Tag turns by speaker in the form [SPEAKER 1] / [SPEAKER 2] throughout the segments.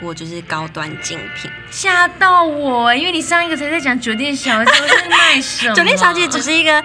[SPEAKER 1] 过就是高端精品。
[SPEAKER 2] 吓到我，因为你上一个才在讲酒店小姐，我在卖什
[SPEAKER 3] 嗯
[SPEAKER 2] 么？
[SPEAKER 1] 酒店小姐只是一个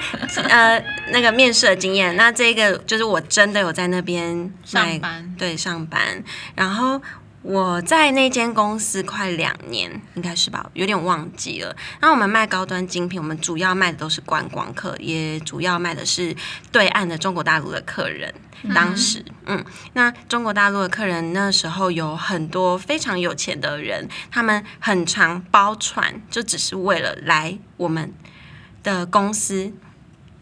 [SPEAKER 1] 呃那个面试的经验，那这个就是我真的有在那边卖
[SPEAKER 3] 上班
[SPEAKER 1] 对上班，然后。我在那间公司快两年，应该是吧，有点忘记了。那我们卖高端精品，我们主要卖的都是观光客，也主要卖的是对岸的中国大陆的客人。当时，嗯，那中国大陆的客人那时候有很多非常有钱的人，他们很常包船，就只是为了来我们的公司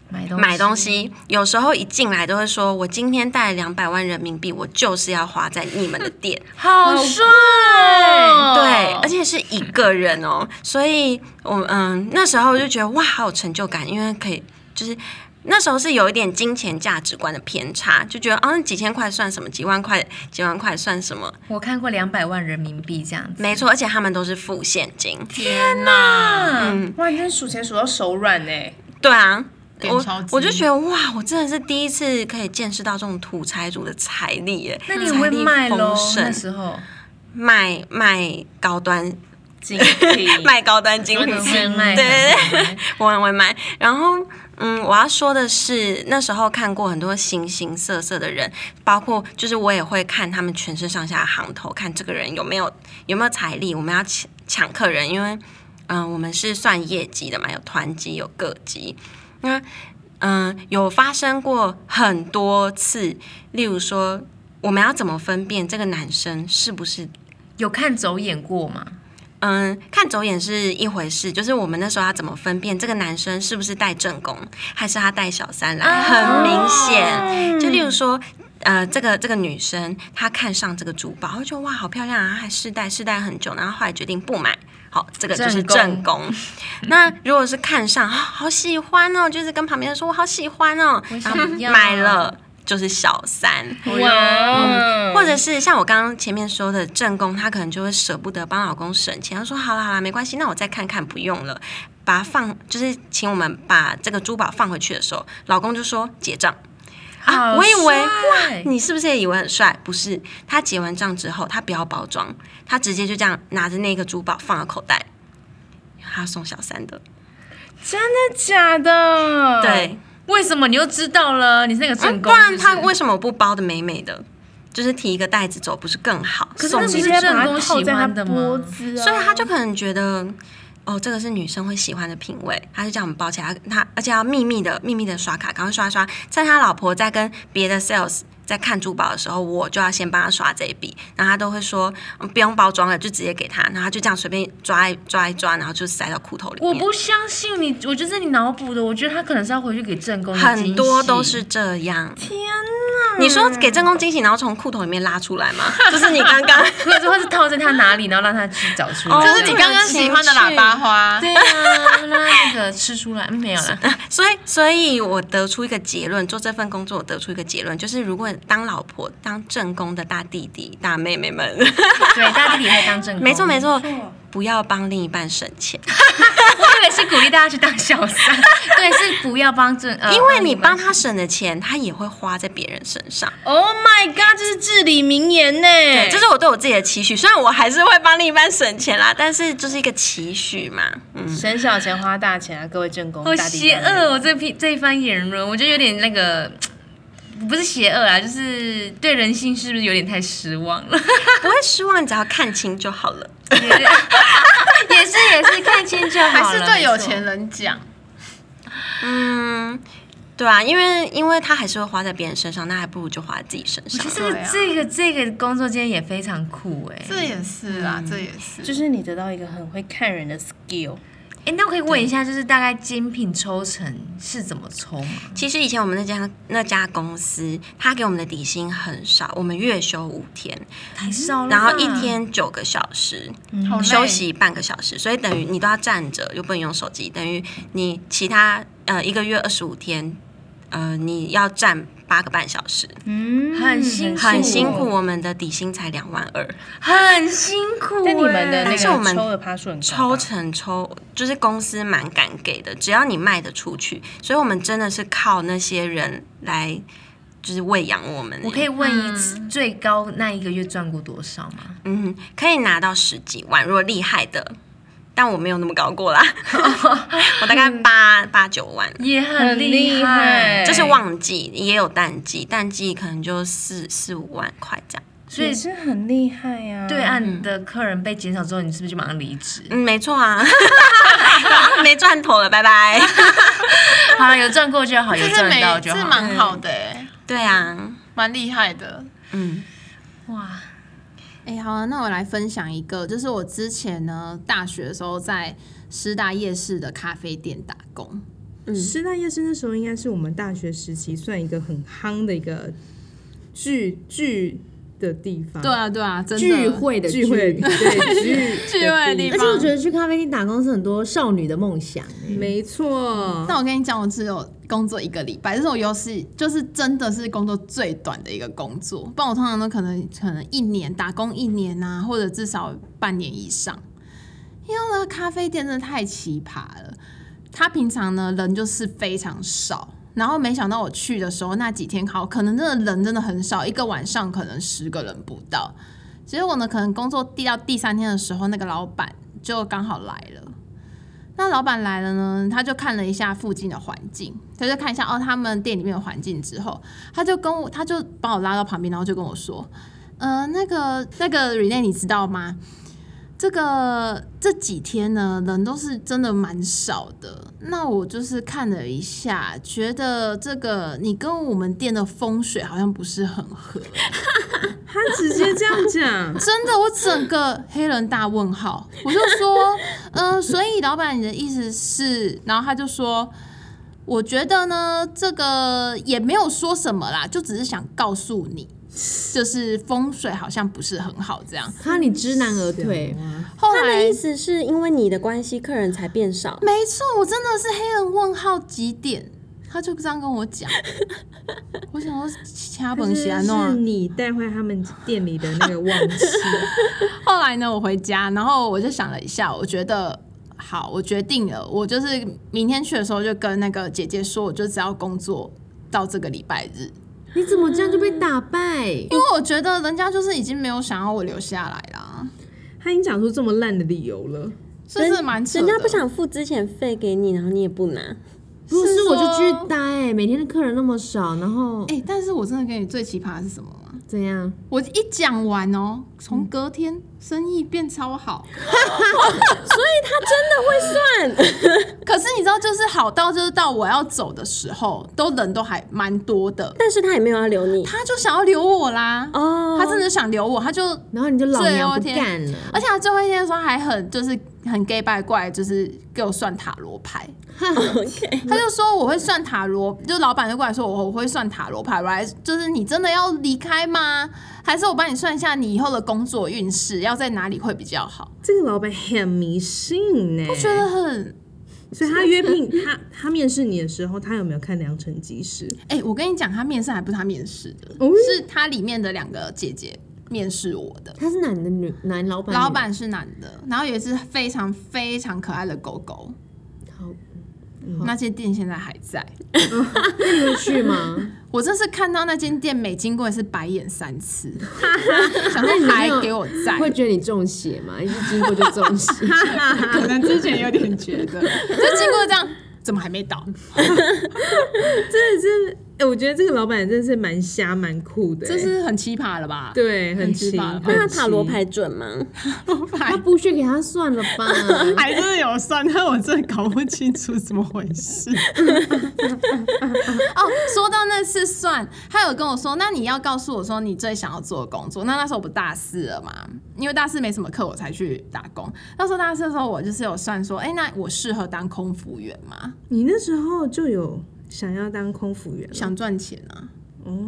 [SPEAKER 2] 买东
[SPEAKER 1] 买东，西，有时候一进来都会说：“我今天带两百万人民币，我就是要花在你们的店。
[SPEAKER 2] 好帅，
[SPEAKER 3] 哦
[SPEAKER 2] 哦
[SPEAKER 1] 对，而且是一个人哦，所以我嗯那时候就觉得哇，好有成就感，因为可以就是。那时候是有一点金钱价值观的偏差，就觉得啊，那几千块算什么，几万块、几万块算什么？
[SPEAKER 2] 我看过两百万人民币这样子，
[SPEAKER 1] 没错，而且他们都是付现金。
[SPEAKER 3] 天哪！
[SPEAKER 2] 嗯，
[SPEAKER 4] 哇，你真数钱数到手软呢。
[SPEAKER 1] 对啊，
[SPEAKER 3] 点钞
[SPEAKER 1] 我
[SPEAKER 3] 机
[SPEAKER 1] 我就觉得哇，我真的是第一次可以见识到这种土财主的财力耶，
[SPEAKER 2] 那你很会卖
[SPEAKER 1] 财力
[SPEAKER 2] 喽
[SPEAKER 1] 丰？盛
[SPEAKER 2] 那时候
[SPEAKER 1] 卖卖高端
[SPEAKER 4] 精品
[SPEAKER 1] 卖高端精
[SPEAKER 3] 很
[SPEAKER 1] 品
[SPEAKER 3] 会，
[SPEAKER 2] 是卖
[SPEAKER 1] 对对
[SPEAKER 2] 对对，
[SPEAKER 1] 我很会卖。然后，嗯，我要说的是，那时候看过很多形形色色的人，包括就是我也会看他们全身上下的行头，看这个人有没有有没有财力，我们要抢抢客人，因为嗯、我们是算业绩的嘛，有团级有个级，那嗯、有发生过很多次，例如说。我们要怎么分辨这个男生是不是
[SPEAKER 2] 有看走眼过吗？
[SPEAKER 1] 嗯，看走眼是一回事，就是我们那时候要怎么分辨这个男生是不是带正宫，还是他带小三来，很明
[SPEAKER 2] 哦
[SPEAKER 1] 显。就例如说。呃，这个这个女生她看上这个珠宝，她觉得哇好漂亮啊，她还试戴试戴很久，然后后来决定不买。好，这个就是正
[SPEAKER 2] 正宫
[SPEAKER 1] 宫。 那如果是看上，啊好喜欢哦，就是跟旁边人说我好喜欢哦，
[SPEAKER 2] 我
[SPEAKER 1] 然
[SPEAKER 2] 想
[SPEAKER 1] 后
[SPEAKER 2] 要
[SPEAKER 1] 买了就是小三。
[SPEAKER 2] 嗯
[SPEAKER 4] 哇，
[SPEAKER 1] 或者是像我刚刚前面说的正宫，她可能就会舍不得帮老公省钱，她说好啦好啦，没关系，那我再看看，不用了。把它放，就是请我们把这个珠宝放回去的时候，老公就说结账。啊，
[SPEAKER 2] 好
[SPEAKER 1] 我以为
[SPEAKER 2] 帅
[SPEAKER 1] 你是不是也以为很帅？不是，他结完账之后，他不要包装，他直接就这样拿着那个珠宝放到口袋，他送小三的。
[SPEAKER 2] 哦
[SPEAKER 4] 真的假的？，
[SPEAKER 1] 对，嗯
[SPEAKER 2] 为什么你又知道了？你是那个正
[SPEAKER 1] 不
[SPEAKER 2] 宫，
[SPEAKER 1] 然他
[SPEAKER 2] 是不是
[SPEAKER 1] 为什么不包的美美的？就是提一个袋子走，不是更好？
[SPEAKER 2] 可是
[SPEAKER 1] 送
[SPEAKER 2] 那
[SPEAKER 1] 礼
[SPEAKER 2] 不
[SPEAKER 4] 直
[SPEAKER 2] 是
[SPEAKER 4] 接把
[SPEAKER 2] 正
[SPEAKER 4] 它
[SPEAKER 2] 宫
[SPEAKER 4] 套
[SPEAKER 2] 喜
[SPEAKER 4] 在他
[SPEAKER 2] 欢的吗
[SPEAKER 4] 脖子啊，
[SPEAKER 1] 所以他就可能觉得，哦，这个是女生会喜欢的品味，他就叫我们包起来，他而且要秘密的秘密的刷卡，赶快刷刷，趁他老婆在跟别的 sales。在看珠宝的时候，我就要先帮他刷这一笔，然后他都会说、嗯不用包装了，就直接给他，然后他就这样随便抓一抓一抓，然后就塞到裤头里
[SPEAKER 2] 我
[SPEAKER 1] 面。
[SPEAKER 2] 不相信你，我觉得是你脑补的。我觉得他可能是要回去给正宫的惊
[SPEAKER 1] 很
[SPEAKER 2] 喜
[SPEAKER 1] 多都是这样。天哪！你说给正宫惊喜，然后从裤头里面拉出来吗？就是你刚刚，
[SPEAKER 2] 或者或是套在他哪里，然后让他去找出来。
[SPEAKER 1] 哦
[SPEAKER 3] 这是你刚刚喜欢的喇叭花，
[SPEAKER 2] 对啊，让他那个吃出来嗯没有啦。
[SPEAKER 1] 所以，所以我得出一个结论，做这份工作，我得出一个结论，就是如果当老婆、当正宫的大弟弟、大妹妹们，
[SPEAKER 2] 对，大家弟弟还当正宫，
[SPEAKER 1] 没错哦没
[SPEAKER 2] 错。
[SPEAKER 1] 错，不要帮另一半省钱，
[SPEAKER 2] 我以为是鼓励大家去当小三，对，是不要帮正，呃
[SPEAKER 1] 因为你帮他省的钱，他也会花在别人身上。
[SPEAKER 4] Oh my god，这是至理名言呢，
[SPEAKER 1] 这是我对我自己的期许，虽然我还是会帮另一半省钱啦，但是就是一个期许嘛。 嗯，
[SPEAKER 4] 省小钱花大钱啊，各位正宫，
[SPEAKER 2] 好
[SPEAKER 4] 大地
[SPEAKER 2] 邪
[SPEAKER 4] 大利
[SPEAKER 2] 恶，我哦这批这一番言论，我觉得有点那个。不是邪恶啊，就是对人性是不是有点太失望 了？
[SPEAKER 1] 不会失望，你只要看清就好了。
[SPEAKER 2] 也是也是看清就好
[SPEAKER 3] 还是对有钱
[SPEAKER 2] 人。
[SPEAKER 3] 人讲？
[SPEAKER 1] 嗯，对啊，因为因为他还是会花在别人身上，那还不如就花在自己身上
[SPEAKER 2] 其。实这个这个工作今天也非常酷
[SPEAKER 5] 欸
[SPEAKER 2] 哎、
[SPEAKER 3] 这也是啦，这也是。
[SPEAKER 4] 就是你得到一个很会看人的 skill，
[SPEAKER 2] 哎，那我可以问一下，就是大概精品抽成是怎么抽吗？
[SPEAKER 1] 其实以前我们那家那家公司，他给我们的底薪很少，我们月休五天，
[SPEAKER 2] 太少了吧，
[SPEAKER 1] 然后一天九个小时，
[SPEAKER 3] 好累
[SPEAKER 1] 休息半个小时，所以等于你都要站着，又不能用手机，等于你其他呃一个月二十五天，呃你要站八个半小时，
[SPEAKER 4] 嗯
[SPEAKER 2] 很辛苦
[SPEAKER 1] 很辛苦。。我们的底薪才两万二，
[SPEAKER 2] 很辛苦、
[SPEAKER 5] 欸
[SPEAKER 4] 但你们的那
[SPEAKER 1] 但
[SPEAKER 4] 个
[SPEAKER 1] 是我们
[SPEAKER 4] 抽的趴数很高
[SPEAKER 1] 抽
[SPEAKER 4] 吧，
[SPEAKER 1] 成抽就是公司蛮敢给的，只要你卖得出去，所以我们真的是靠那些人来就是喂养我们。
[SPEAKER 5] 我可以问一次，最高那一个月赚过多少吗？
[SPEAKER 1] 嗯，可以拿到十几万，如果厉害的，但我没有那么高过啦， 我大概八八九万。
[SPEAKER 5] 也很
[SPEAKER 6] 厉
[SPEAKER 5] 厉
[SPEAKER 6] 害
[SPEAKER 1] 就是旺季也有淡季，淡季可能就四四五万块这样。
[SPEAKER 5] 所以
[SPEAKER 6] 也是很厉害呀、
[SPEAKER 4] 啊
[SPEAKER 5] 对岸的客人被减少之后，你是不是就马上离职？
[SPEAKER 1] 嗯，没错啊， 没赚头了，拜拜。
[SPEAKER 5] 好啊了，有赚过就好，有
[SPEAKER 3] 这是
[SPEAKER 5] 赚
[SPEAKER 3] 没
[SPEAKER 5] 到，就
[SPEAKER 3] 这
[SPEAKER 5] 好。
[SPEAKER 3] 蛮
[SPEAKER 2] 嗯
[SPEAKER 3] 好的欸，
[SPEAKER 1] 对啊，
[SPEAKER 3] 蛮厉害的。
[SPEAKER 1] 嗯，
[SPEAKER 5] 哇，
[SPEAKER 4] 哎、好、啊，那我来分享一个，就是我之前呢，大学的时候在师大夜市的咖啡店打工。
[SPEAKER 2] 师大夜市那时候应该是我们大学时期算一个很夯的一个聚聚的地方，
[SPEAKER 4] 对，啊，对啊，真的
[SPEAKER 7] 聚会的
[SPEAKER 2] 聚会对聚，
[SPEAKER 3] 聚会的地
[SPEAKER 7] 而且我
[SPEAKER 3] 方
[SPEAKER 7] 觉，得去咖啡厅打工是很多少女的梦想、欸。
[SPEAKER 2] 没错，
[SPEAKER 4] 但我跟你讲，我只有工作一个礼拜，这是我有史就是真的是工作最短的一个工作，不然我通常都可能可能一年打工一年啊，或者至少半年以上。因为呢，咖啡店真的太奇葩了，他平常呢人就是非常少。然后没想到我去的时候那几天好，可能真的人真的很少，一个晚上可能十个人不到。结果呢，可能工作第到第三天的时候，那个老板就刚好来了。那老板来了呢，他就看了一下附近的环境，他就看一下哦，他们店里面的环境之后，他就跟我，他就把我拉到旁边，然后就跟我说，呃，那个那个 Rene 你知道吗？这个这几天呢，人都是真的蛮少的。那我就是看了一下，觉得这个你跟我们店的风水好像不是很合。，
[SPEAKER 2] 他直接这样讲
[SPEAKER 4] 真的，我整个黑人大问号。我就说， 呃，所以老板你的意思是，然后他就说，我觉得呢，这个也没有说什么啦，就只是想告诉你，就是风水好像不是很好这样。
[SPEAKER 7] 哈，你知难而退，
[SPEAKER 2] 啊
[SPEAKER 4] 后
[SPEAKER 8] 他
[SPEAKER 4] 来
[SPEAKER 8] 的意思是因为你的关系，客人才变少。
[SPEAKER 4] 没错，我真的是黑人问号极点。他就这样跟我讲，我想说掐本
[SPEAKER 2] 是
[SPEAKER 4] 西安
[SPEAKER 2] 是
[SPEAKER 4] 弄。
[SPEAKER 2] 你带坏他们店里的那个旺气，
[SPEAKER 4] 后来呢，我回家，然后我就想了一下，我觉得好，我决定了，我就是明天去的时候就跟那个姐姐说，我就只要工作到这个礼拜日，
[SPEAKER 7] 你怎么这样就被打败？
[SPEAKER 4] 因为我觉得人家就是已经没有想要我留下来啦，
[SPEAKER 2] 他已经讲出这么烂的理由了，
[SPEAKER 4] 这是蛮扯
[SPEAKER 8] 人
[SPEAKER 4] 的。
[SPEAKER 8] 家不想付之前费给你，然后你也不拿，
[SPEAKER 7] 不是，我就
[SPEAKER 4] 说
[SPEAKER 7] 去待、欸，每天的客人那么少，然后、
[SPEAKER 4] 哎、但是我真的跟你最奇葩的是什么吗？
[SPEAKER 7] 怎样？
[SPEAKER 4] 我一讲完哦，从隔天生意变超好，
[SPEAKER 8] 真的会 算。
[SPEAKER 4] 可是你知道，就是好到就是到我要走的时候，都人都还蛮多的，
[SPEAKER 8] 但是他也没有要留你
[SPEAKER 4] 他就想要留我啦。
[SPEAKER 8] 哦，
[SPEAKER 4] 他真的想留我，他就
[SPEAKER 7] 然后你就老娘不
[SPEAKER 4] 最后
[SPEAKER 7] 干了，
[SPEAKER 4] 而且他最后一天的时候还很就是很 gay 拜怪，就是给我算塔罗牌。他就说我会算塔罗，就老板就过来说我我会算塔罗牌，我还就是你真的要离开吗？还是我帮你算一下你以后的工作运势要在哪里会比较好？
[SPEAKER 2] 这个老板很迷信呢、
[SPEAKER 4] 我觉得很
[SPEAKER 2] 所以他约聘 他他面试你的时候，他有没有看良辰吉时？
[SPEAKER 4] 哎、我跟你讲，他面试还不是他面试的，
[SPEAKER 2] 哦
[SPEAKER 4] 是他里面的两个姐姐面试我的。
[SPEAKER 7] 他是男的女男
[SPEAKER 8] 嗯
[SPEAKER 7] 老板，
[SPEAKER 4] 老板是男的，然后有一只非常非常可爱的狗狗，
[SPEAKER 7] 好
[SPEAKER 4] 那间店现在还在。
[SPEAKER 7] 那你会去吗？
[SPEAKER 4] 我真是看到那间店每经过也是白眼三次，想
[SPEAKER 7] 那你
[SPEAKER 4] 说还
[SPEAKER 7] 没有
[SPEAKER 4] 给我在，
[SPEAKER 7] 会觉得你中邪吗？一经过就中邪，
[SPEAKER 4] 可能之前有点觉得， 就经过这样，怎么还没倒？
[SPEAKER 2] 哎、我觉得这个老板真的是蛮瞎蛮酷的、欸，
[SPEAKER 4] 这是很奇葩了吧？
[SPEAKER 2] 对，很
[SPEAKER 4] 很奇
[SPEAKER 2] 奇
[SPEAKER 4] 葩
[SPEAKER 2] 葩。
[SPEAKER 4] 吧
[SPEAKER 8] 那他塔罗牌准吗？
[SPEAKER 7] 他不屑给他算了吧？
[SPEAKER 2] 还真的有算，但我真的搞不清楚怎么回事。
[SPEAKER 4] 哦，说到那次算，他有跟我说，那你要告诉我说你最想要做的工作。那那时候我不大四了嘛，因为大四没什么课，我才去打工。那时候大四的时候，我就是有算说，哎、那我适合当空服员吗？
[SPEAKER 2] 你那时候就有想要当空服员了，
[SPEAKER 4] 想赚钱啊。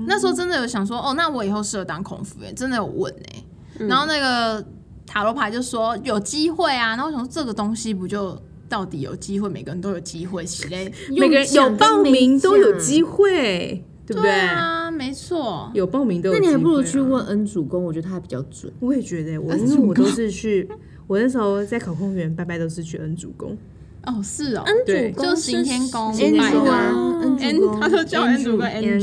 [SPEAKER 4] 那时候真的有想说，哦，那我以后适合当空服员，真的有问哎、然后那个塔罗牌就说有机会啊，然后我想说这个东西不就到底有机会，每个人都有机会，是 嘞。
[SPEAKER 2] 每个人有报名都有机
[SPEAKER 7] 会。
[SPEAKER 2] 会，对不对？
[SPEAKER 4] 啊，没错。
[SPEAKER 2] 有报名都有、
[SPEAKER 7] 那
[SPEAKER 2] 机
[SPEAKER 7] 你还不如
[SPEAKER 2] 会啊
[SPEAKER 7] 去问恩主公，我觉得他比较准。
[SPEAKER 2] 我 也觉得，我因为我都是去，我那时候在考公务员，拜拜都是去恩主公。
[SPEAKER 4] 哦，是哦，
[SPEAKER 8] 恩
[SPEAKER 2] 对
[SPEAKER 8] 主公
[SPEAKER 4] 就是行天宫
[SPEAKER 8] 谁
[SPEAKER 4] 拜的
[SPEAKER 7] 啊
[SPEAKER 4] 啊
[SPEAKER 7] 恩主
[SPEAKER 4] ，N
[SPEAKER 7] 公
[SPEAKER 4] 他都叫 N 主跟 N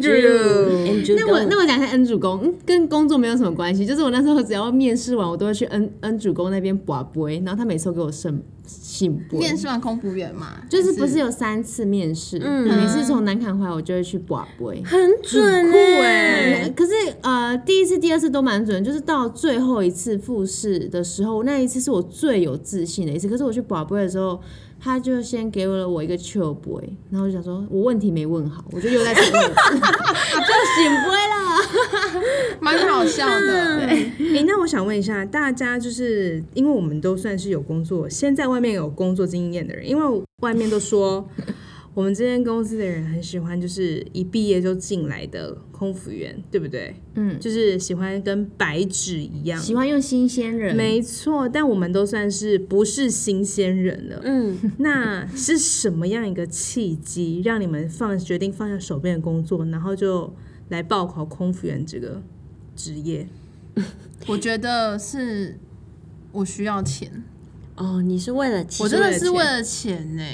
[SPEAKER 4] 主，
[SPEAKER 8] Andrew，Andrew，
[SPEAKER 7] 那我那我讲一下恩主公，嗯跟工作没有什么关系，就是我那时候只要面试完，我都会去恩恩主公那边卜杯，然后他每次都给我胜信杯。
[SPEAKER 4] 面试完空服员嘛，
[SPEAKER 7] 就是不是有三次面试，每次从南坎回来我就会去卜杯。
[SPEAKER 8] 很准
[SPEAKER 7] 欸
[SPEAKER 8] 哎、
[SPEAKER 7] 可是呃，第一次、第二次都蛮准，就是到最后一次复试的时候，那一次是我最有自信的一次。可是我去宝贝的时候，他就先给了我一个 chill boy，然后我就想说我问题没问好，我就又在重问， 就醒不会啦。
[SPEAKER 4] 蛮好笑 的。
[SPEAKER 2] 哎、那我想问一下，大家就是因为我们都算是有工作，先在外面有工作经验的人，因为外面都说我们这间公司的人很喜欢，就是一毕业就进来的空服员，对不对？嗯，就是喜欢跟白纸一样。
[SPEAKER 7] 喜欢用新鲜人，
[SPEAKER 2] 没错，但我们都算是不是新鲜人了。
[SPEAKER 8] 嗯，
[SPEAKER 2] 那是什么样一个契机，让你们放决定放下手边的工作，然后就来报考空服员这个职业？
[SPEAKER 4] 我觉得是我需要钱，
[SPEAKER 8] 哦，你是为了钱，
[SPEAKER 4] 我真的是为了钱呢、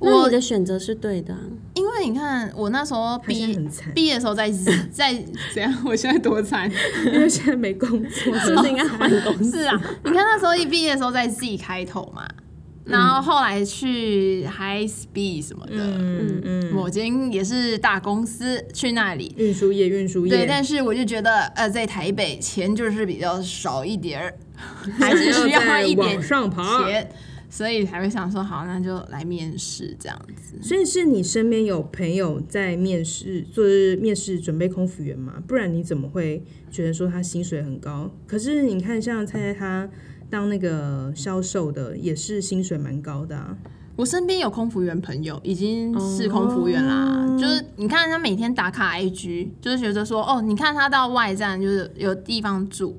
[SPEAKER 8] 那
[SPEAKER 4] 我
[SPEAKER 8] 你的选择是对的啊、
[SPEAKER 4] 因为你看，我那时候
[SPEAKER 2] 他现在
[SPEAKER 4] 毕
[SPEAKER 2] 很惨，
[SPEAKER 4] 毕业的时候在在怎样？我现在多惨？
[SPEAKER 2] 因为现在没工 作，是不是应该换工作？
[SPEAKER 4] 是啊，你看那时候一毕业的时候在 Z 开头嘛，然后后来去 High Speed 什么的，
[SPEAKER 2] 嗯嗯，
[SPEAKER 4] 某间也是大公司，去那里。
[SPEAKER 2] 运输业，运输
[SPEAKER 4] 对，
[SPEAKER 2] 业，
[SPEAKER 4] 但是我就觉得，呃，在台北钱就是比较少一 点儿，还是需要一点
[SPEAKER 2] 往上爬。
[SPEAKER 4] 钱，所以才会想说，好，那就来面试这样子。
[SPEAKER 2] 所以是你身边有朋友在面试，就是面试准备空服员嘛？不然你怎么会觉得说他薪水很高？可是你看，像猜猜他当那个销售的，也是薪水蛮高的啊。
[SPEAKER 4] 我身边有空服员朋友，已经是空服员啦。
[SPEAKER 8] 哦
[SPEAKER 4] 就是你看他每天打卡 IG，就是觉得说，哦，你看他到外站就是有地方住，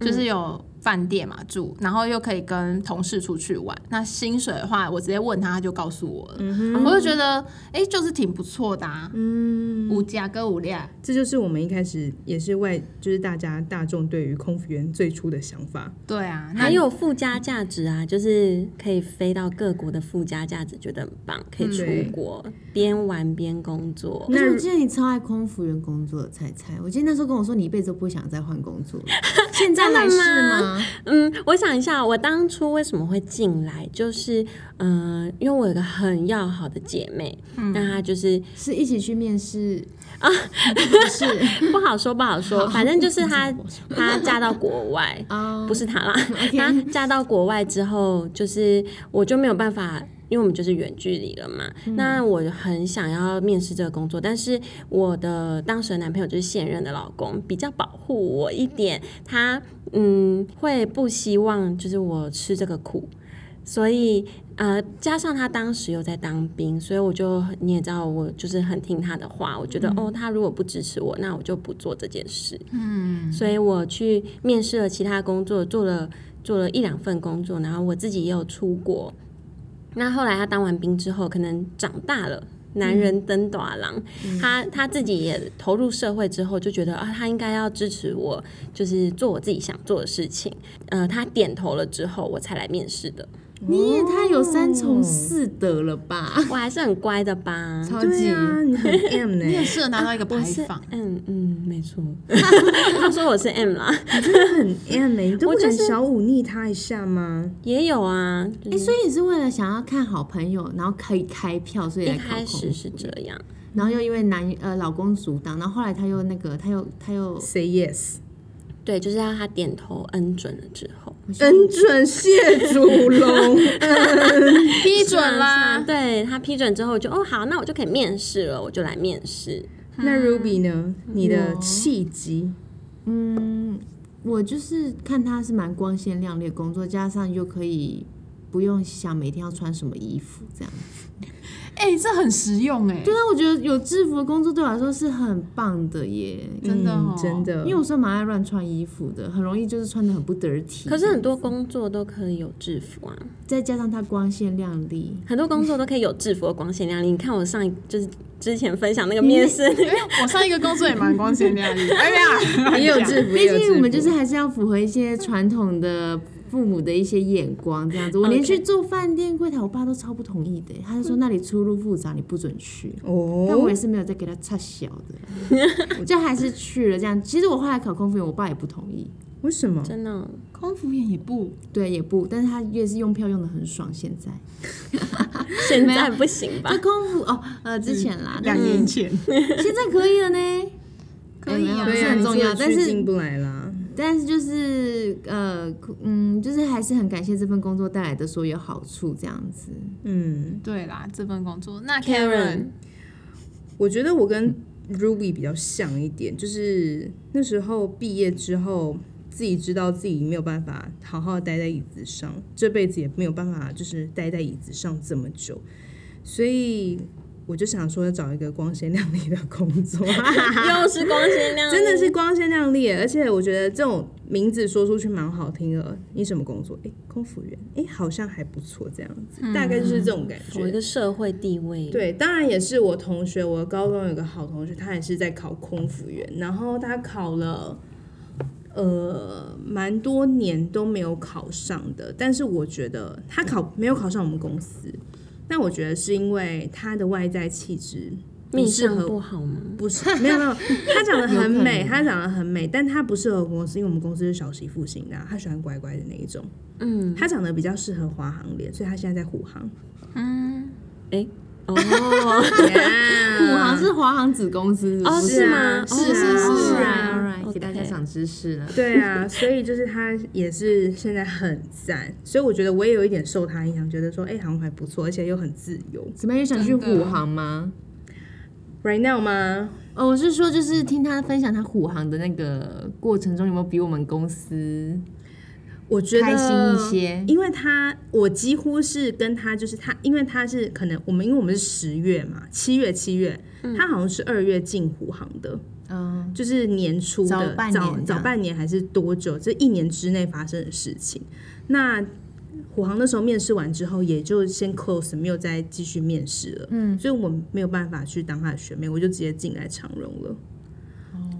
[SPEAKER 8] 嗯
[SPEAKER 4] 就是有饭店嘛住，然后又可以跟同事出去玩。那薪水的话，我直接问他，他就告诉我了。
[SPEAKER 8] 嗯
[SPEAKER 4] 我就觉得，哎、就是挺不错的啊。嗯，五加跟五量，
[SPEAKER 2] 这就是我们一开始也是外，就是大家大众对于空服员最初的想法。
[SPEAKER 4] 对啊。那
[SPEAKER 8] 还有附加价值啊，就是可以飞到各国的附加价值，觉得很棒，可以出国
[SPEAKER 4] 嗯
[SPEAKER 8] 边玩边工作
[SPEAKER 7] 而。且我记得你超爱空服员工作的菜菜，我记得那时候跟我说你一辈子都不想再换工作了，现在还 是吗？
[SPEAKER 8] 嗯，我想一下，我当初为什么会进来，就是嗯、呃因为我有一个很要好的姐妹，
[SPEAKER 7] 嗯
[SPEAKER 8] 那她就是
[SPEAKER 7] 是一起去面试啊？ 不是
[SPEAKER 8] 不好说不好说，反正就是她她嫁到国外，
[SPEAKER 7] 啊，
[SPEAKER 8] 不是她啦，她嫁到国外之后，就是我就没有办法。因为我们就是远距离了嘛，那我很想要面试这个工作，但是我的当时的男朋友就是现任的老公，比较保护我一点，他嗯会不希望就是我吃这个苦，所以呃，加上他当时又在当兵，所以我就你也知道，我就是很听他的话。我觉得、哦，他如果不支持我，那我就不做这件事。嗯，所以我去面试了其他工作，做了做了一两份工作，然后我自己也有出国。那后来他当完兵之后，可能长大了。男人登短郎，
[SPEAKER 7] 嗯
[SPEAKER 8] 他他自己也投入社会之后，就觉得啊，他应该要支持我，就是做我自己想做的事情。呃，他点头了之后，我才来面试的。
[SPEAKER 7] 你也太有三从四德了吧？
[SPEAKER 8] 我还是很乖的吧。
[SPEAKER 7] 超
[SPEAKER 2] 对
[SPEAKER 7] 级。
[SPEAKER 2] 啊，你很 M 呢、
[SPEAKER 4] 你也适合拿到一个牌
[SPEAKER 8] 我是
[SPEAKER 4] 坊，
[SPEAKER 8] 嗯嗯，没 错。他说我是 M 啦，
[SPEAKER 2] 很 M 呢、你都
[SPEAKER 8] 我
[SPEAKER 2] 不
[SPEAKER 8] 就
[SPEAKER 2] 敢
[SPEAKER 8] 是
[SPEAKER 2] 小忤逆他一下吗？
[SPEAKER 8] 也有啊。就
[SPEAKER 7] 哎、
[SPEAKER 8] 是
[SPEAKER 7] 所以你是为了想要看好朋友，然后可以开票，所以
[SPEAKER 8] 一
[SPEAKER 7] 来考
[SPEAKER 8] 开
[SPEAKER 7] 空
[SPEAKER 8] 始是
[SPEAKER 7] 服
[SPEAKER 8] 这样，
[SPEAKER 7] 然后又因为男呃老公阻挡，然后后来他又那个，他又他又
[SPEAKER 2] Say yes，
[SPEAKER 8] 对，就是要他点头恩准了之后，
[SPEAKER 7] 嗯
[SPEAKER 2] 恩准谢祖龙，
[SPEAKER 4] 批准
[SPEAKER 8] 啊
[SPEAKER 4] 啦。
[SPEAKER 8] 对他批准之后我就哦好，那我就可以面试了，我就来面试。
[SPEAKER 2] 那 Ruby 呢？你的契机，
[SPEAKER 7] 嗯，我就是看他是蛮光鲜亮丽的工作，加上又可以不用想每天要穿什么衣服这样。
[SPEAKER 4] 哎、这很实用哎、
[SPEAKER 7] 对啊，我觉得有制服的工作对我来说是很棒的耶，
[SPEAKER 4] 真的
[SPEAKER 2] 嗯
[SPEAKER 4] 哦
[SPEAKER 2] 真的，
[SPEAKER 7] 因为我是蛮爱乱穿衣服的，很容易就是穿的很不得体。
[SPEAKER 8] 可是很多工作都可以有制服啊，
[SPEAKER 7] 再加上他光鲜亮丽，
[SPEAKER 8] 很多工作都可以有制服的光鲜亮丽。你看我上一就是之前分享那个面试那
[SPEAKER 4] 因为我上一个工作也蛮光鲜亮丽的，哎
[SPEAKER 8] 啊
[SPEAKER 4] 呀，
[SPEAKER 2] 也有制服，也
[SPEAKER 7] 毕
[SPEAKER 2] 有制
[SPEAKER 7] 竟
[SPEAKER 2] 服
[SPEAKER 7] 我们就是还是要符合一些传统的父母的一些眼光这样子。我连去做饭店柜台，我爸都超不同意的，他就说那里出入复杂，你不准去。但我
[SPEAKER 2] 哦
[SPEAKER 7] 也，是没有再给他插小的，我就还是去了这样。其实我后来考空服员，我爸也不同意，
[SPEAKER 2] 为什么？
[SPEAKER 8] 真的哦
[SPEAKER 4] 空服员也不
[SPEAKER 7] 对，也不，但是他也是用票用的很爽。现在
[SPEAKER 8] 现在不行吧
[SPEAKER 7] 他？空服哦，呃，之前
[SPEAKER 2] 嗯
[SPEAKER 7] 啦，但
[SPEAKER 4] 两年前，
[SPEAKER 7] 现在可以了呢，
[SPEAKER 3] 可以啊
[SPEAKER 7] 哎没有不
[SPEAKER 2] 对
[SPEAKER 7] 是
[SPEAKER 2] 啊，
[SPEAKER 7] 很
[SPEAKER 2] 你
[SPEAKER 7] 重要，
[SPEAKER 2] 出
[SPEAKER 7] 但
[SPEAKER 2] 去
[SPEAKER 7] 是
[SPEAKER 2] 进不来啦。
[SPEAKER 7] 但是就是呃，嗯，就是还是很感谢这份工作带来的所有好处，这样子。
[SPEAKER 2] 嗯，
[SPEAKER 4] 对啦，这份工作。那
[SPEAKER 8] Karen
[SPEAKER 4] Karen
[SPEAKER 2] 我觉得我跟 Ruby 比较像一点，就是那时候毕业之后，自己知道自己没有办法好好待在椅子上，这辈子也没有办法就是待在椅子上这么久，所以我就想说要找一个光鲜亮丽的工作。 啊
[SPEAKER 8] 又是光鲜亮丽，
[SPEAKER 2] 真的是光鲜亮丽耶，而且我觉得这种名字说出去蛮好听的。你什么工作？哎，空服员，哎，好像还不错，这样子，
[SPEAKER 7] 嗯
[SPEAKER 2] 大概就是这种感
[SPEAKER 8] 有一
[SPEAKER 2] 觉。
[SPEAKER 8] 个社会地位。
[SPEAKER 2] 对，当然也是我同学，我高中有个好同学，他也是在考空服员，然后他考了。呃，蛮多年都没有考上的，但是我觉得他考没有考上我们公司，但我觉得是因为他的外在气质不
[SPEAKER 8] 面
[SPEAKER 2] 适
[SPEAKER 8] 相
[SPEAKER 2] 合
[SPEAKER 8] 不好吗？
[SPEAKER 2] 不是，没有没有，她长得很 美，她长得很美，但她不适合我们公司，因为我们公司是小媳妇型的啊、她喜欢乖乖的那一种。嗯，她长得比较适合华航脸，所以她现在在虎 航。
[SPEAKER 8] 哦，
[SPEAKER 7] 虎航是华航子公司，
[SPEAKER 8] 哦
[SPEAKER 7] 是
[SPEAKER 8] 是吗？
[SPEAKER 2] 啊
[SPEAKER 8] 哦
[SPEAKER 2] 是啊
[SPEAKER 8] 哦
[SPEAKER 2] 是
[SPEAKER 7] 啊，
[SPEAKER 2] 啊
[SPEAKER 7] Alright，给大家
[SPEAKER 8] OK
[SPEAKER 7] 长知识了。
[SPEAKER 2] 对啊，所以就是她也是现在很赞，所以我觉得我也有一点受她影响，觉得说哎、好像还不错，而且又很自由。
[SPEAKER 7] 怎么样有想去虎航吗？
[SPEAKER 2] Right now 吗？
[SPEAKER 7] 哦，我是说，就是听他分享他虎航的那个过程中，有没有比我们公司
[SPEAKER 2] 我觉得
[SPEAKER 7] 开心一些
[SPEAKER 2] 因为他我几乎是跟他就是他，因为他是可能我们因为我们是十月嘛，七月七月，他好像是二月进虎航的，
[SPEAKER 7] 嗯
[SPEAKER 2] 就是年初的
[SPEAKER 7] 早半年
[SPEAKER 2] 早
[SPEAKER 7] 这样
[SPEAKER 2] 早半年还是多久？这一年之内发生的事情。那虎航那时候面试完之后，也就先 close，没有再继续面试了。嗯，所以我没有办法去当他的学妹，我就直接进来长荣了。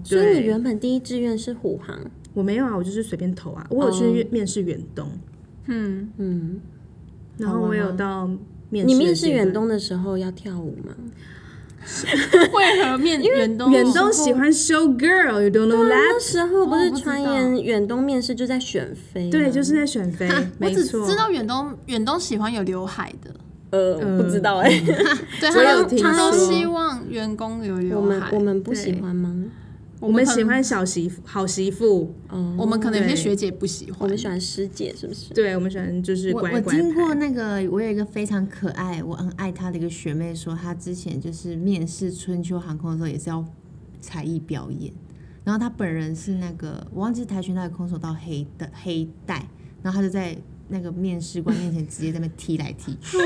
[SPEAKER 8] 所以
[SPEAKER 2] 对
[SPEAKER 8] 你原本第一志愿是虎航，
[SPEAKER 2] 我没有啊，我就是随便投啊。我有
[SPEAKER 7] 哦
[SPEAKER 2] 去面试远东，
[SPEAKER 7] 啊
[SPEAKER 3] 嗯，
[SPEAKER 8] 嗯，
[SPEAKER 2] 然后我有到面试。
[SPEAKER 8] 你面试远东的时候要跳舞吗？
[SPEAKER 4] 为何 面远东
[SPEAKER 2] 远东喜欢 show girl，you don't know
[SPEAKER 8] 那
[SPEAKER 2] that？
[SPEAKER 8] 时候不是
[SPEAKER 4] 哦我不知
[SPEAKER 8] 传
[SPEAKER 4] 道
[SPEAKER 8] 言远东面试就在选妃吗，
[SPEAKER 2] 对，就是在选妃，
[SPEAKER 4] 我
[SPEAKER 2] 没
[SPEAKER 4] 只
[SPEAKER 2] 错。
[SPEAKER 4] 知道远东远东喜欢有刘海的，
[SPEAKER 8] 呃不知道哎，
[SPEAKER 4] 对，
[SPEAKER 2] 我
[SPEAKER 4] 他
[SPEAKER 2] 有
[SPEAKER 4] 都
[SPEAKER 2] 听
[SPEAKER 4] 他都
[SPEAKER 2] 说
[SPEAKER 4] 希望员工有
[SPEAKER 8] 我
[SPEAKER 4] 刘
[SPEAKER 8] 们
[SPEAKER 4] 海。
[SPEAKER 8] 我们不喜欢吗？
[SPEAKER 2] 我们喜欢小媳妇、好媳妇，
[SPEAKER 4] 我们可能有些
[SPEAKER 2] 对
[SPEAKER 4] 学姐不喜
[SPEAKER 8] 我
[SPEAKER 4] 欢
[SPEAKER 8] 们，喜欢师姐是不是？
[SPEAKER 2] 对我们喜欢就是
[SPEAKER 7] 我
[SPEAKER 2] 乖
[SPEAKER 7] 我
[SPEAKER 2] 乖
[SPEAKER 7] 听过
[SPEAKER 2] 牌
[SPEAKER 7] 那个，我有一个非常可爱，我很爱她的一个学妹说，她之前就是面试春秋航空的时候也是要才艺表演，然后她本人是那个我忘记跆拳道的空手道黑的黑带，然后她就在那个面试官面前直接在那边踢来踢 去，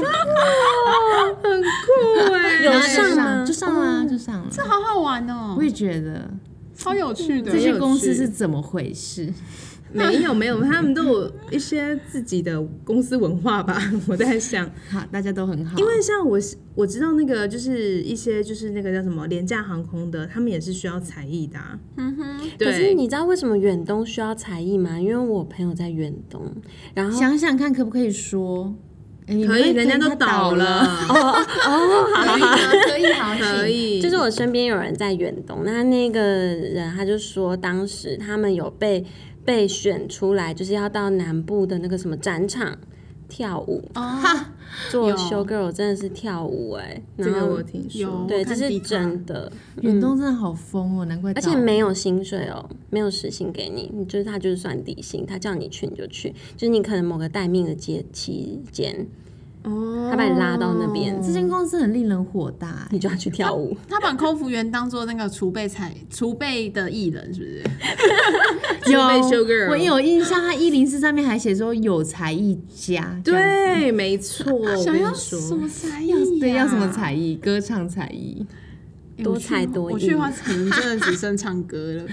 [SPEAKER 8] 有
[SPEAKER 7] 然后就
[SPEAKER 8] 上吗？
[SPEAKER 7] 就上了，就上了。啊
[SPEAKER 4] 好好玩哦
[SPEAKER 7] 我，也觉得
[SPEAKER 4] 超有趣的
[SPEAKER 7] 这。
[SPEAKER 2] 有
[SPEAKER 7] 些公司
[SPEAKER 2] 趣
[SPEAKER 7] 是怎么回事？
[SPEAKER 2] 没有没有，他们都有一些自己的公司文化吧。 我在想，
[SPEAKER 7] 好，大家都很好，
[SPEAKER 2] 因为像我是我知道那个就是一些就是那个叫什么廉价航空的，他们也是需要才艺的、啊。嗯哼，
[SPEAKER 8] 可是
[SPEAKER 2] 对，
[SPEAKER 8] 你知道为什么远东需要才艺吗？因为我朋友在远东，然后
[SPEAKER 7] 想想看可不可以说，哎你
[SPEAKER 2] 可以，
[SPEAKER 7] 们
[SPEAKER 2] 人家都
[SPEAKER 7] 他倒嗯
[SPEAKER 2] 倒了，哦
[SPEAKER 4] 可以吗？可以好
[SPEAKER 2] 可以，
[SPEAKER 8] 就是我身边有人在远东，那那个人他就说，当时他们有被被选出来，就是要到南部的那个什么展场跳舞，
[SPEAKER 4] 啊，
[SPEAKER 8] 做
[SPEAKER 4] 有
[SPEAKER 8] show girl 真的是跳舞哎、
[SPEAKER 2] 这
[SPEAKER 8] 然
[SPEAKER 2] 个
[SPEAKER 8] 后
[SPEAKER 2] 我听
[SPEAKER 4] 有
[SPEAKER 2] 说。
[SPEAKER 8] 对，
[SPEAKER 4] 我
[SPEAKER 8] 这
[SPEAKER 4] 看
[SPEAKER 8] 是
[SPEAKER 4] 迪卡
[SPEAKER 8] 真的，
[SPEAKER 7] 远东真的好疯哦，难怪倒
[SPEAKER 8] 而
[SPEAKER 7] 了。
[SPEAKER 8] 且没有薪水哦，没有时薪给你，你就是他就是算底薪，他叫你去你就去，就是你可能某个待命的节期间，
[SPEAKER 2] 哦，
[SPEAKER 8] 他把你拉到那边，
[SPEAKER 7] 这间公司很令人火大、
[SPEAKER 8] 你就要去跳舞。
[SPEAKER 4] 他把空服员当做那个储备才储备的艺人，是不是？
[SPEAKER 7] 有
[SPEAKER 2] 被 show girl
[SPEAKER 7] 我有印象，他一零四上面还写说有才艺家，这样
[SPEAKER 2] 对，没错。哦我
[SPEAKER 4] 想
[SPEAKER 2] 跟
[SPEAKER 4] 要
[SPEAKER 2] 你说
[SPEAKER 4] 什么才艺啊
[SPEAKER 7] 子
[SPEAKER 4] 呀？
[SPEAKER 7] 对，要什么才艺？歌唱才艺，
[SPEAKER 4] 哎
[SPEAKER 8] 多才多艺
[SPEAKER 4] 我去花我去花城真的只剩唱歌了。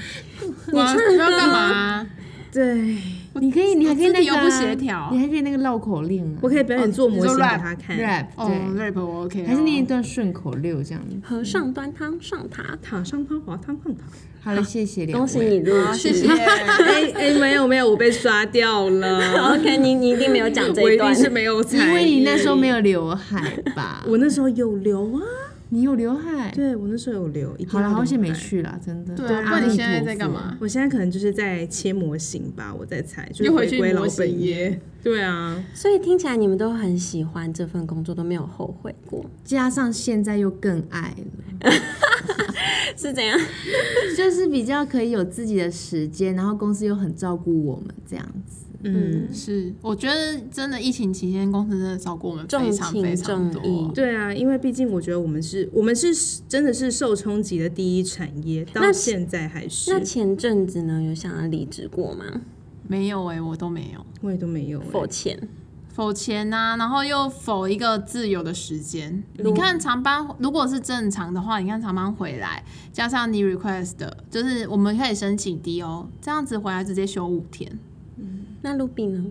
[SPEAKER 4] 你唱歌要干嘛？
[SPEAKER 2] 对，
[SPEAKER 7] 啊你可以，你还可以那
[SPEAKER 4] 肢体又
[SPEAKER 7] 个啊
[SPEAKER 4] 不协调
[SPEAKER 7] 你还可以那个绕口令啊
[SPEAKER 2] 我可以表演做模型给他看。
[SPEAKER 7] ，rap 哦
[SPEAKER 4] 哦
[SPEAKER 7] 对，
[SPEAKER 4] ，rap 我 OK，哦
[SPEAKER 7] 还是念一段顺口溜这样子。
[SPEAKER 8] 和尚端汤上塔，
[SPEAKER 2] 躺上汤滑汤烫塔。
[SPEAKER 7] 好了，谢谢两
[SPEAKER 8] 恭喜
[SPEAKER 7] 位。
[SPEAKER 8] 你入
[SPEAKER 4] 谢谢。
[SPEAKER 8] 职。
[SPEAKER 4] 啊
[SPEAKER 2] 哎哎，没有没有，我被刷掉了，
[SPEAKER 8] OK，你 你一定没有讲这
[SPEAKER 2] 我
[SPEAKER 8] 一
[SPEAKER 2] 一
[SPEAKER 8] 段
[SPEAKER 2] 定，是没有
[SPEAKER 7] 因
[SPEAKER 2] 才
[SPEAKER 7] 为
[SPEAKER 2] 艺。
[SPEAKER 7] 你那时候没有刘海吧？
[SPEAKER 2] 我那时候有留啊，
[SPEAKER 7] 你有刘海。
[SPEAKER 2] 对我那时候有留，一定
[SPEAKER 7] 好了，
[SPEAKER 2] 要
[SPEAKER 7] 好
[SPEAKER 2] 留
[SPEAKER 7] 险没
[SPEAKER 2] 白。
[SPEAKER 7] 去啦，真的。
[SPEAKER 4] 对啊，不然你现在在干嘛？
[SPEAKER 2] 我现在可能就是在切模型吧，我在猜，就是
[SPEAKER 4] 又回去
[SPEAKER 2] 归
[SPEAKER 4] 模
[SPEAKER 2] 老
[SPEAKER 4] 型
[SPEAKER 2] 本 业。对啊，
[SPEAKER 8] 所以听起来你们都很喜欢这份工作，都没有后悔过，
[SPEAKER 7] 加上现在又更爱了，
[SPEAKER 8] 是怎样？
[SPEAKER 7] 就是比较可以有自己的时间，然后公司又很照顾我们这样子。
[SPEAKER 2] 嗯，
[SPEAKER 4] 是，我觉得真的疫情期间，公司真的照顾我们非常
[SPEAKER 8] 重情
[SPEAKER 4] 非常
[SPEAKER 8] 重义
[SPEAKER 4] 多。
[SPEAKER 2] 对啊，因为毕竟我觉得我们是，我们是真的是受冲击的第一产业，到
[SPEAKER 8] 那
[SPEAKER 2] 现在还是
[SPEAKER 8] 那，前阵子呢，有想要离职过吗？
[SPEAKER 4] 没有哎、我都没有
[SPEAKER 2] 我也都没有欸、
[SPEAKER 8] 否前
[SPEAKER 4] 否钱呐、然后又否一个自由的时间。你看长班，如果是正常的话，你看长班回来，加上你 request 的，就是我们可以申请 DO，这样子回来直接休五天。
[SPEAKER 8] 那露比呢？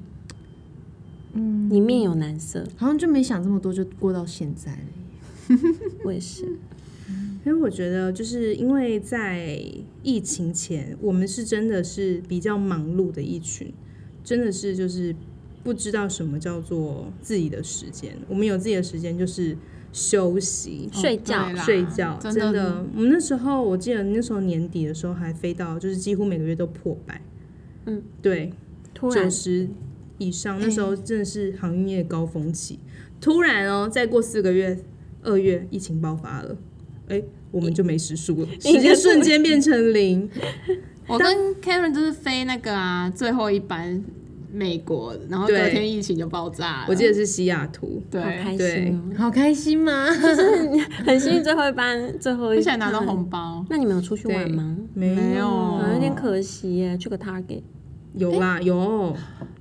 [SPEAKER 8] 嗯，你面有难色，
[SPEAKER 7] 好像就没想这么多，就过到现在了。
[SPEAKER 8] 我也是。
[SPEAKER 2] 因为我觉得，就是因为在疫情前，我们是真的是比较忙碌的一群，真的是就是不知道什么叫做自己的时间。我们有自己的时间就是休息、
[SPEAKER 8] 睡觉
[SPEAKER 4] 对啦啊
[SPEAKER 2] 睡觉，
[SPEAKER 4] 真
[SPEAKER 2] 真
[SPEAKER 4] 的
[SPEAKER 2] 我们那时候我记得那时候年底的时候还飞到，就是几乎每个月都破百，
[SPEAKER 8] 嗯，
[SPEAKER 2] 对，
[SPEAKER 8] 突然
[SPEAKER 2] 九十以上，那时候真的是航运业高峰期。突然哦，再过四个月，二月疫情爆发了，哎、我们就没时数了，时间瞬间变成零。
[SPEAKER 4] 我跟 Karen 就是飞那个啊，最后一班美国，然后隔
[SPEAKER 2] 对
[SPEAKER 4] 天疫情就爆炸了。
[SPEAKER 2] 我记得是西雅图，
[SPEAKER 8] 好
[SPEAKER 4] 对，
[SPEAKER 8] 开
[SPEAKER 2] 对
[SPEAKER 8] 心哦，
[SPEAKER 7] 好开心吗？
[SPEAKER 8] 很幸运最后一班最后
[SPEAKER 4] 而
[SPEAKER 8] 一
[SPEAKER 4] 且还拿到
[SPEAKER 8] 趟
[SPEAKER 4] 红包，
[SPEAKER 8] 那你们有出去玩吗？
[SPEAKER 2] 没
[SPEAKER 4] 没有
[SPEAKER 2] 哦
[SPEAKER 8] 啊，有点可惜耶，去个 Target。
[SPEAKER 2] 有啦，有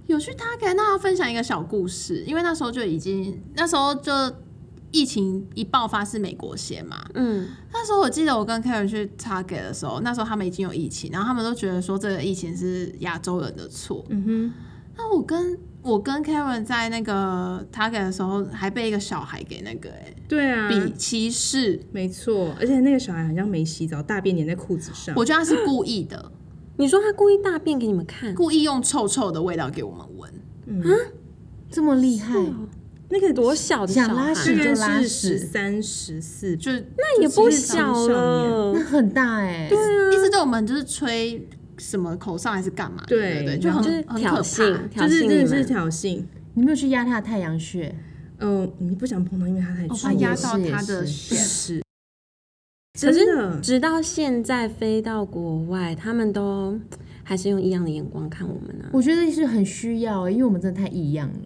[SPEAKER 4] 有去他给那分享一个小故事，因为那时候就已经那时候就疫情一爆发是美国先嘛，
[SPEAKER 8] 嗯，
[SPEAKER 4] 那时候我记得我跟 Karen 去 Target 的时候，那时候他们已经有疫情，然后他们都觉得说这个疫情是亚洲人的错。嗯哼。那我跟我跟 Karen 在那个 Target 的时候，还被一个小孩给那个哎、
[SPEAKER 2] 对啊，
[SPEAKER 8] 嗯
[SPEAKER 4] 比歧视，
[SPEAKER 2] 没错，而且那个小孩好像没洗澡，大便粘在裤子上。
[SPEAKER 4] 我觉得他是故意的，
[SPEAKER 8] 你说他故意大便给你们看，
[SPEAKER 4] 故意用臭臭的味道给我们闻。
[SPEAKER 7] 这么厉害，
[SPEAKER 2] 那个
[SPEAKER 8] 多小的小孩
[SPEAKER 7] 想拉，
[SPEAKER 2] 大
[SPEAKER 7] 屎
[SPEAKER 2] 概
[SPEAKER 7] 就拉
[SPEAKER 2] 是十
[SPEAKER 7] 屎，
[SPEAKER 2] 三、十四，
[SPEAKER 4] 就
[SPEAKER 8] 那也不
[SPEAKER 2] 就是
[SPEAKER 8] 小
[SPEAKER 2] 青少
[SPEAKER 8] 了
[SPEAKER 7] 那。很大哎、
[SPEAKER 4] 一直对我们就是吹什么口哨还是干嘛的？
[SPEAKER 2] 对
[SPEAKER 4] 对对，就很
[SPEAKER 8] 就是
[SPEAKER 4] 很可
[SPEAKER 8] 挑
[SPEAKER 4] 怕。
[SPEAKER 8] 衅，挑
[SPEAKER 2] 就是
[SPEAKER 8] 衅你
[SPEAKER 2] 真的是
[SPEAKER 8] 们。
[SPEAKER 2] 挑衅。
[SPEAKER 7] 你没有去压他的太阳穴，
[SPEAKER 2] 嗯、你不想碰到，因为他太
[SPEAKER 4] 我
[SPEAKER 2] 重
[SPEAKER 4] 怕
[SPEAKER 2] 了
[SPEAKER 4] 压到他的
[SPEAKER 7] 也
[SPEAKER 4] 血
[SPEAKER 7] 是
[SPEAKER 2] 是，
[SPEAKER 8] 可
[SPEAKER 2] 真
[SPEAKER 8] 是
[SPEAKER 2] 的。
[SPEAKER 8] 直到现在飞到国外，他们都还是用异样的眼光看我们呢、啊
[SPEAKER 7] 我觉得是很需要、欸，因为我们真的太异样了。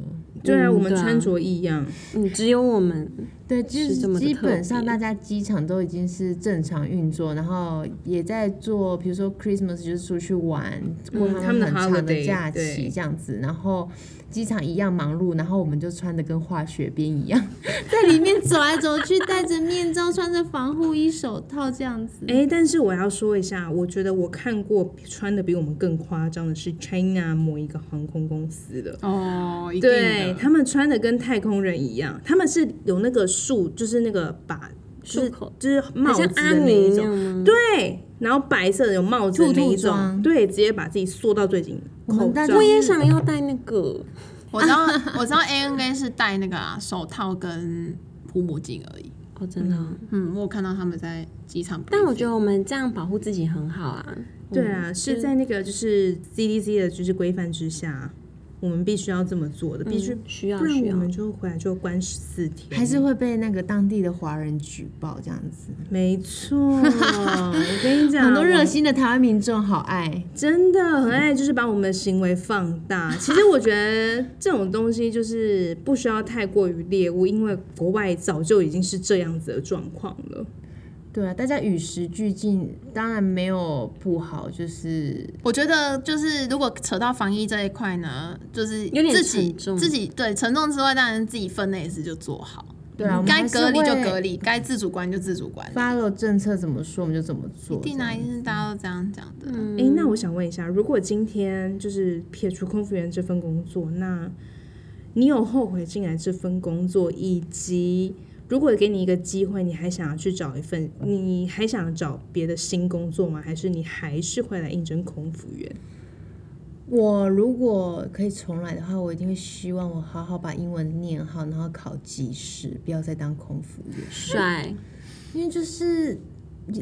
[SPEAKER 2] 对啊，
[SPEAKER 8] 嗯
[SPEAKER 2] 我们
[SPEAKER 8] 对啊
[SPEAKER 2] 穿着异样，
[SPEAKER 8] 嗯，只有我们
[SPEAKER 7] 对，就是
[SPEAKER 8] 这么
[SPEAKER 7] 是
[SPEAKER 8] 的
[SPEAKER 7] 基
[SPEAKER 8] 特
[SPEAKER 7] 本上
[SPEAKER 8] 别
[SPEAKER 7] 大家机场都已经是正常运作，然后也在做，比如说 Christmas 就是出去玩，过
[SPEAKER 2] 嗯他
[SPEAKER 7] 他
[SPEAKER 2] 们
[SPEAKER 7] 们
[SPEAKER 2] 的
[SPEAKER 7] 很长的
[SPEAKER 2] holiday，
[SPEAKER 7] 假
[SPEAKER 2] 对
[SPEAKER 7] 期这样子，然后机场一样忙碌，然后我们就穿的跟化学兵一样，在里面走来走去，戴着面罩，穿着防护衣、手套这样子。
[SPEAKER 2] 哎、但是我要说一下，我觉得我看过穿的比我们更夸张的是 China 某一个航空公司的，
[SPEAKER 4] 哦，一定
[SPEAKER 2] 对
[SPEAKER 4] 的。
[SPEAKER 2] 他们穿的跟太空人一样，他们是有那个束，就是那个把，就
[SPEAKER 8] 漱
[SPEAKER 2] 是
[SPEAKER 8] 口，
[SPEAKER 2] 就是帽
[SPEAKER 8] 好
[SPEAKER 2] 子
[SPEAKER 8] 像阿
[SPEAKER 2] 的那
[SPEAKER 8] 尼
[SPEAKER 2] 一
[SPEAKER 8] 那
[SPEAKER 2] 种，
[SPEAKER 8] 样吗？
[SPEAKER 2] 对，然后白色的有帽子的那一
[SPEAKER 7] 兔兔
[SPEAKER 2] 种，
[SPEAKER 7] 装
[SPEAKER 2] 对，直接把自己缩到最紧，
[SPEAKER 7] 我们
[SPEAKER 2] 口
[SPEAKER 7] 大
[SPEAKER 2] 罩
[SPEAKER 8] 我也想要戴那个，
[SPEAKER 4] 我知 道，我知道 A N A 是戴那个、啊、手套跟护目镜而已。
[SPEAKER 8] 哦，真的哦、
[SPEAKER 4] 嗯，我有看到他们在机场 briefing，
[SPEAKER 8] 但我觉得我们这样保护自己很好啊。
[SPEAKER 2] 对
[SPEAKER 7] 嗯
[SPEAKER 2] 啊，是在那个就是 CDC 的就是规范之下，我们必须要这么做的，必
[SPEAKER 7] 嗯
[SPEAKER 2] 须、
[SPEAKER 8] 需要
[SPEAKER 2] 不然
[SPEAKER 8] 需
[SPEAKER 2] 我
[SPEAKER 8] 要
[SPEAKER 2] 们就回来就关十四天，
[SPEAKER 7] 还是会被那个当地的华人举报这样子，
[SPEAKER 2] 没错， 我跟你讲，
[SPEAKER 7] 很多热心的台湾民众好爱，
[SPEAKER 2] 我真的很爱，就是把我们的行为放大。其实我觉得这种东西就是不需要太过于猎物，因为国外早就已经是这样子的状况了。
[SPEAKER 7] 对啊，大家与时俱进，当然没有不好，就是
[SPEAKER 4] 我觉得就是如果扯到防疫这一块呢，就是
[SPEAKER 8] 有点
[SPEAKER 4] 自己
[SPEAKER 8] 沉重
[SPEAKER 4] 自己对沉重之外，当然自己分内事就做好。
[SPEAKER 7] 对啊，我们
[SPEAKER 4] 该
[SPEAKER 7] 还是
[SPEAKER 4] 隔离就
[SPEAKER 7] 会
[SPEAKER 4] 隔离，该自主管就自主管理。
[SPEAKER 7] ，follow 政策怎么说我们就怎么做。
[SPEAKER 4] 一定啊，一定是大家都这样讲的。
[SPEAKER 2] 哎、那
[SPEAKER 8] 嗯
[SPEAKER 2] 我想问一下，如果今天就是撇除空服员这份工作，那你有后悔进来这份工作，以及如果给你一个机会，你还想要去找一份，你还想找别的新工作吗？还是你还是会来应征空服员？
[SPEAKER 7] 我如果可以重来的话，我一定会希望我好好把英文念好，然后考技师，不要再当空服员。
[SPEAKER 8] 帅，
[SPEAKER 7] 因为就是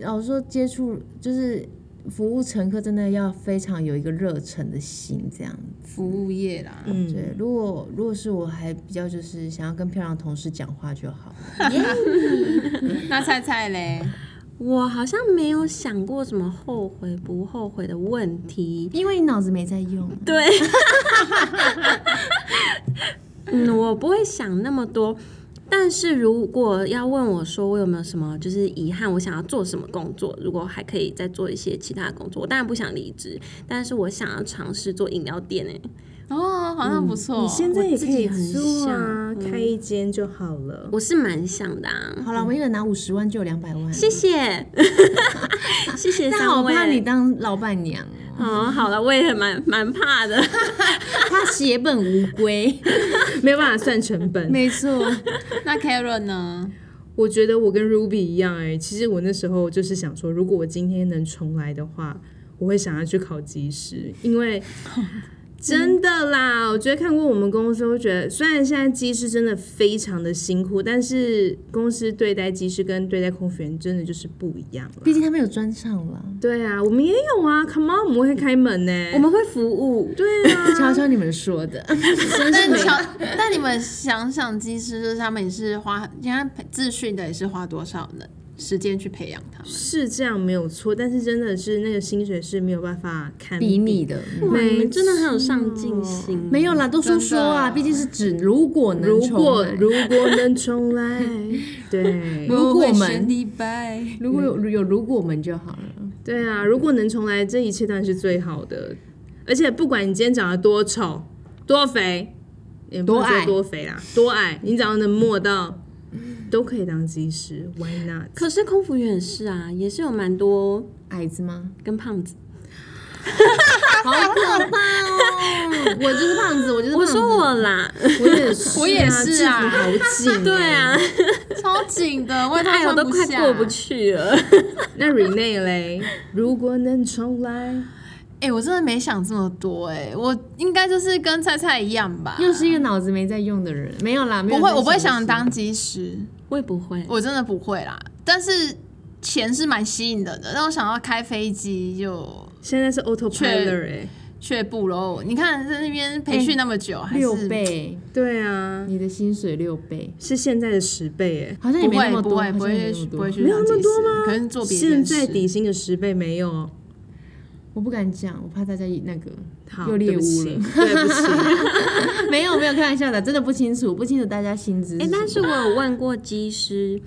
[SPEAKER 7] 老实说，接触就是服务乘客，真的要非常有一个热忱的心，这样
[SPEAKER 4] 服务业啦，
[SPEAKER 8] 嗯
[SPEAKER 2] 嗯
[SPEAKER 7] 对，如果如果是我还比较就是想要跟漂亮的同事讲话就好。
[SPEAKER 4] 那菜菜嘞，
[SPEAKER 8] 我好像没有想过什么后悔不后悔的问题。
[SPEAKER 7] 因为你脑子没在用，
[SPEAKER 8] 对，嗯，我不会想那么多。但是如果要问我说我有没有什么就是遗憾，我想要做什么工作？如果还可以再做一些其他的工作，我当然不想离职，但是我想要尝试做饮料店诶、欸
[SPEAKER 4] 哦，好像不错。
[SPEAKER 2] 你现在也可
[SPEAKER 8] 自己
[SPEAKER 2] 以
[SPEAKER 8] 很
[SPEAKER 2] 做啊，
[SPEAKER 8] 想嗯
[SPEAKER 2] 开一间就好了。
[SPEAKER 8] 我是蛮想的、 啊。
[SPEAKER 7] 好了，我一个人拿五十万就有两百万，
[SPEAKER 8] 谢谢， 谢谢
[SPEAKER 7] 但
[SPEAKER 8] 三
[SPEAKER 7] 好
[SPEAKER 8] 位。
[SPEAKER 7] 怕你当老板 娘哦，
[SPEAKER 8] 哦，好了，我也蛮蛮怕的。
[SPEAKER 7] 怕血本无归。
[SPEAKER 2] 没有办法算成 本。
[SPEAKER 7] 没错，
[SPEAKER 4] 那 Karen 呢？
[SPEAKER 2] 我觉得我跟 Ruby 一样哎、其实我那时候就是想说，如果我今天能重来的话，我会想要去考技师，因为真的啦，我觉得看过我们公司，我觉得虽然现在技师真的非常的辛苦，但是公司对待技师跟对待空服员真的就是不一样了。
[SPEAKER 7] 毕竟他们有专场 了。
[SPEAKER 2] 对啊，我们也有啊，Come on，我们会开门呢、
[SPEAKER 8] 我们会服务，
[SPEAKER 2] 对 啊，
[SPEAKER 7] 瞧瞧你们说 的，
[SPEAKER 4] 但想，但你们想想，技师就是他们也是花，你看自训的也是花多少呢时间去培养他们？
[SPEAKER 2] 是这样没有错，但是真的是那个薪水是没有办法看
[SPEAKER 7] 比你的
[SPEAKER 8] 哇
[SPEAKER 2] 没
[SPEAKER 8] 你们真的很有上进心。
[SPEAKER 7] 没有啦，都说说啊，
[SPEAKER 4] 嗯真的
[SPEAKER 7] 毕竟是指如果能
[SPEAKER 2] 如
[SPEAKER 7] 重
[SPEAKER 2] 果
[SPEAKER 7] 来
[SPEAKER 2] 如果能重 来，对
[SPEAKER 7] 如果们
[SPEAKER 4] 礼拜，
[SPEAKER 7] 如果有有如果我们就好了，
[SPEAKER 2] 对啊，如果能重来，这一切当然是最好的。而且不管你今天长得多丑、多肥，也不能
[SPEAKER 7] 多
[SPEAKER 2] 说
[SPEAKER 7] 矮
[SPEAKER 2] 多肥啦，多矮，你只要能摸到，都可以当技师。Why not？
[SPEAKER 8] 可是空服员也是啊，也是有蛮多
[SPEAKER 7] 矮子吗？
[SPEAKER 8] 跟胖子。
[SPEAKER 7] 好可怕哦！ 我就是胖子，我就是
[SPEAKER 8] 我
[SPEAKER 7] 胖子。
[SPEAKER 8] 说我啦，
[SPEAKER 2] 我也是、啊，
[SPEAKER 4] 我也是啊
[SPEAKER 2] 制服好紧、
[SPEAKER 8] 对啊，，
[SPEAKER 4] 超紧的，外套
[SPEAKER 8] 哎， 我
[SPEAKER 4] 穿
[SPEAKER 8] 都快
[SPEAKER 4] 下
[SPEAKER 8] 过不去了。
[SPEAKER 2] 那 Rene 嘞，如果能重来，
[SPEAKER 4] 哎、我真的没想这么多、哎，我应该就是跟菜菜一样吧。
[SPEAKER 7] 又是一个脑子没在用的人，没有啦，没有
[SPEAKER 4] 啊不
[SPEAKER 7] 在
[SPEAKER 4] 会，我不会想
[SPEAKER 7] 事
[SPEAKER 4] 当技师，
[SPEAKER 8] 我也不会，
[SPEAKER 4] 我真的不会啦。但是钱是蛮吸引人的，但我想要开飞机就
[SPEAKER 2] 现在是 autopilot 哎、
[SPEAKER 4] 却步喽。你看在那边培训那么久，还是
[SPEAKER 7] 六倍，
[SPEAKER 2] 对啊，
[SPEAKER 7] 你的薪水六倍，
[SPEAKER 2] 是现在的十倍哎、
[SPEAKER 7] 好像也
[SPEAKER 4] 不
[SPEAKER 7] 没那
[SPEAKER 4] 会
[SPEAKER 7] 么
[SPEAKER 4] 不
[SPEAKER 7] 多，
[SPEAKER 4] 会不
[SPEAKER 7] 好像也没
[SPEAKER 4] 会
[SPEAKER 7] 那么
[SPEAKER 4] 去不
[SPEAKER 7] 多
[SPEAKER 4] 会，去当技师，可能做别的
[SPEAKER 2] 现在底薪的十倍没有哦，
[SPEAKER 7] 我不敢讲，我怕大家一那个
[SPEAKER 2] 好，
[SPEAKER 7] 又
[SPEAKER 2] 对
[SPEAKER 7] 猎
[SPEAKER 2] 不
[SPEAKER 7] 物
[SPEAKER 2] 起，
[SPEAKER 7] 了。
[SPEAKER 2] 对不起，
[SPEAKER 7] 没有没有，开玩笑的，真的不清楚，不清楚大家薪资什么。
[SPEAKER 8] 哎，但是我有问过机师。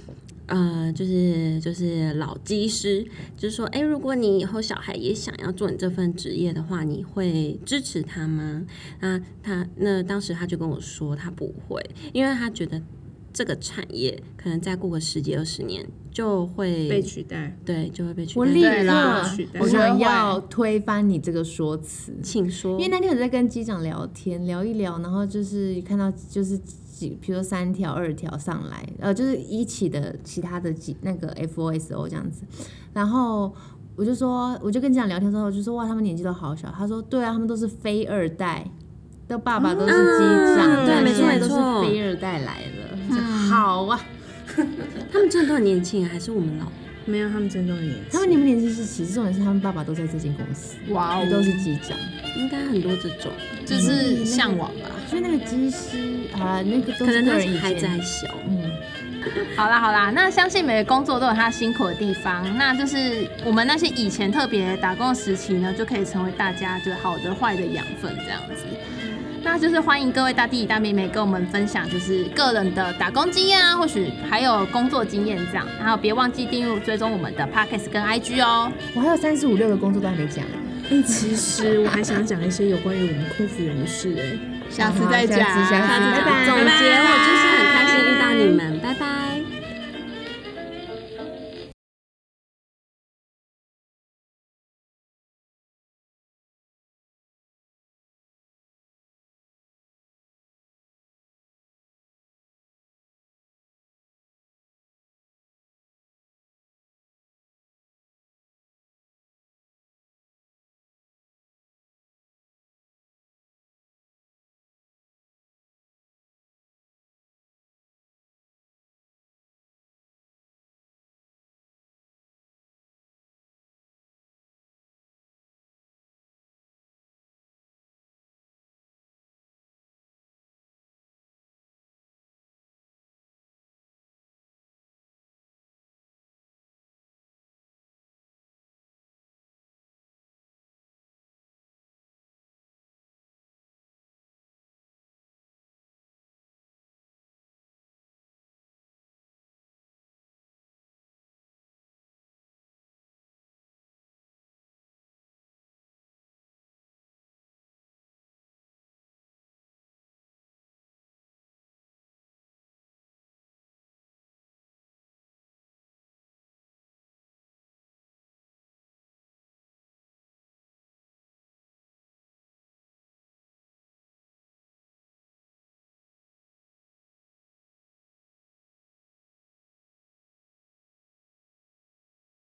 [SPEAKER 8] 呃，就是就是老机师，就是说，哎，如果你以后小孩也想要做你这份职业的话，你会支持他吗？那他那当时他就跟我说，他不会，因为他觉得这个产业可能再过个十几二十年就会
[SPEAKER 2] 被取代。
[SPEAKER 8] 对，就会被取代。
[SPEAKER 7] 我立
[SPEAKER 4] 对啦
[SPEAKER 7] 刻
[SPEAKER 2] 取代
[SPEAKER 7] 我想要推翻你这个说辞，
[SPEAKER 8] 请说
[SPEAKER 7] 因为那天我在跟机长聊天，聊一聊，然后就是看到就是几，比如说三条、二条上来，呃，就是一起的其他的几那个 FOSO 这样子，然后。我就说，我就跟机长聊天之后，我就说哇，他们年纪都好小。他说，对啊，他们都是非二代，的爸爸都是机长，
[SPEAKER 8] 嗯对没错
[SPEAKER 7] 现在都
[SPEAKER 8] 没错嗯
[SPEAKER 7] 是非二代来了。 我说好啊，
[SPEAKER 8] 他们真的都很年轻啊，还是我们老？
[SPEAKER 2] 没有，他们真的很年轻。
[SPEAKER 7] 他们你们年纪是其实重点是他们爸爸都在这间公司，
[SPEAKER 4] 哇
[SPEAKER 7] 都
[SPEAKER 4] 哦，
[SPEAKER 7] 是机长。
[SPEAKER 8] 应该很多这种，
[SPEAKER 7] 嗯
[SPEAKER 4] 就是向往吧。
[SPEAKER 7] 所以那个机师啊，那个都
[SPEAKER 8] 可
[SPEAKER 7] 是
[SPEAKER 8] 能
[SPEAKER 7] 个
[SPEAKER 8] 他
[SPEAKER 7] 人意
[SPEAKER 8] 孩子
[SPEAKER 7] 见
[SPEAKER 8] 还小。
[SPEAKER 7] 嗯
[SPEAKER 4] 好啦好啦，那相信每个工作都有它辛苦的地方，那就是我们那些以前特别打工的时期呢，就可以成为大家就好的坏的养分这样子。那就是欢迎各位大弟弟大妹妹跟我们分享，就是个人的打工经验啊，或许还有工作经验这样。然后别忘记订阅追踪我们的 podcast 跟 IG 哦。
[SPEAKER 7] 我还有三十五六个工作都还没讲，啊
[SPEAKER 2] 哎、其实我还想讲一些有关于我们空服员的事哎、
[SPEAKER 4] 下
[SPEAKER 7] 好下次下次
[SPEAKER 8] 总
[SPEAKER 7] 拜拜
[SPEAKER 8] 结，我就是很开心遇到你们，拜拜。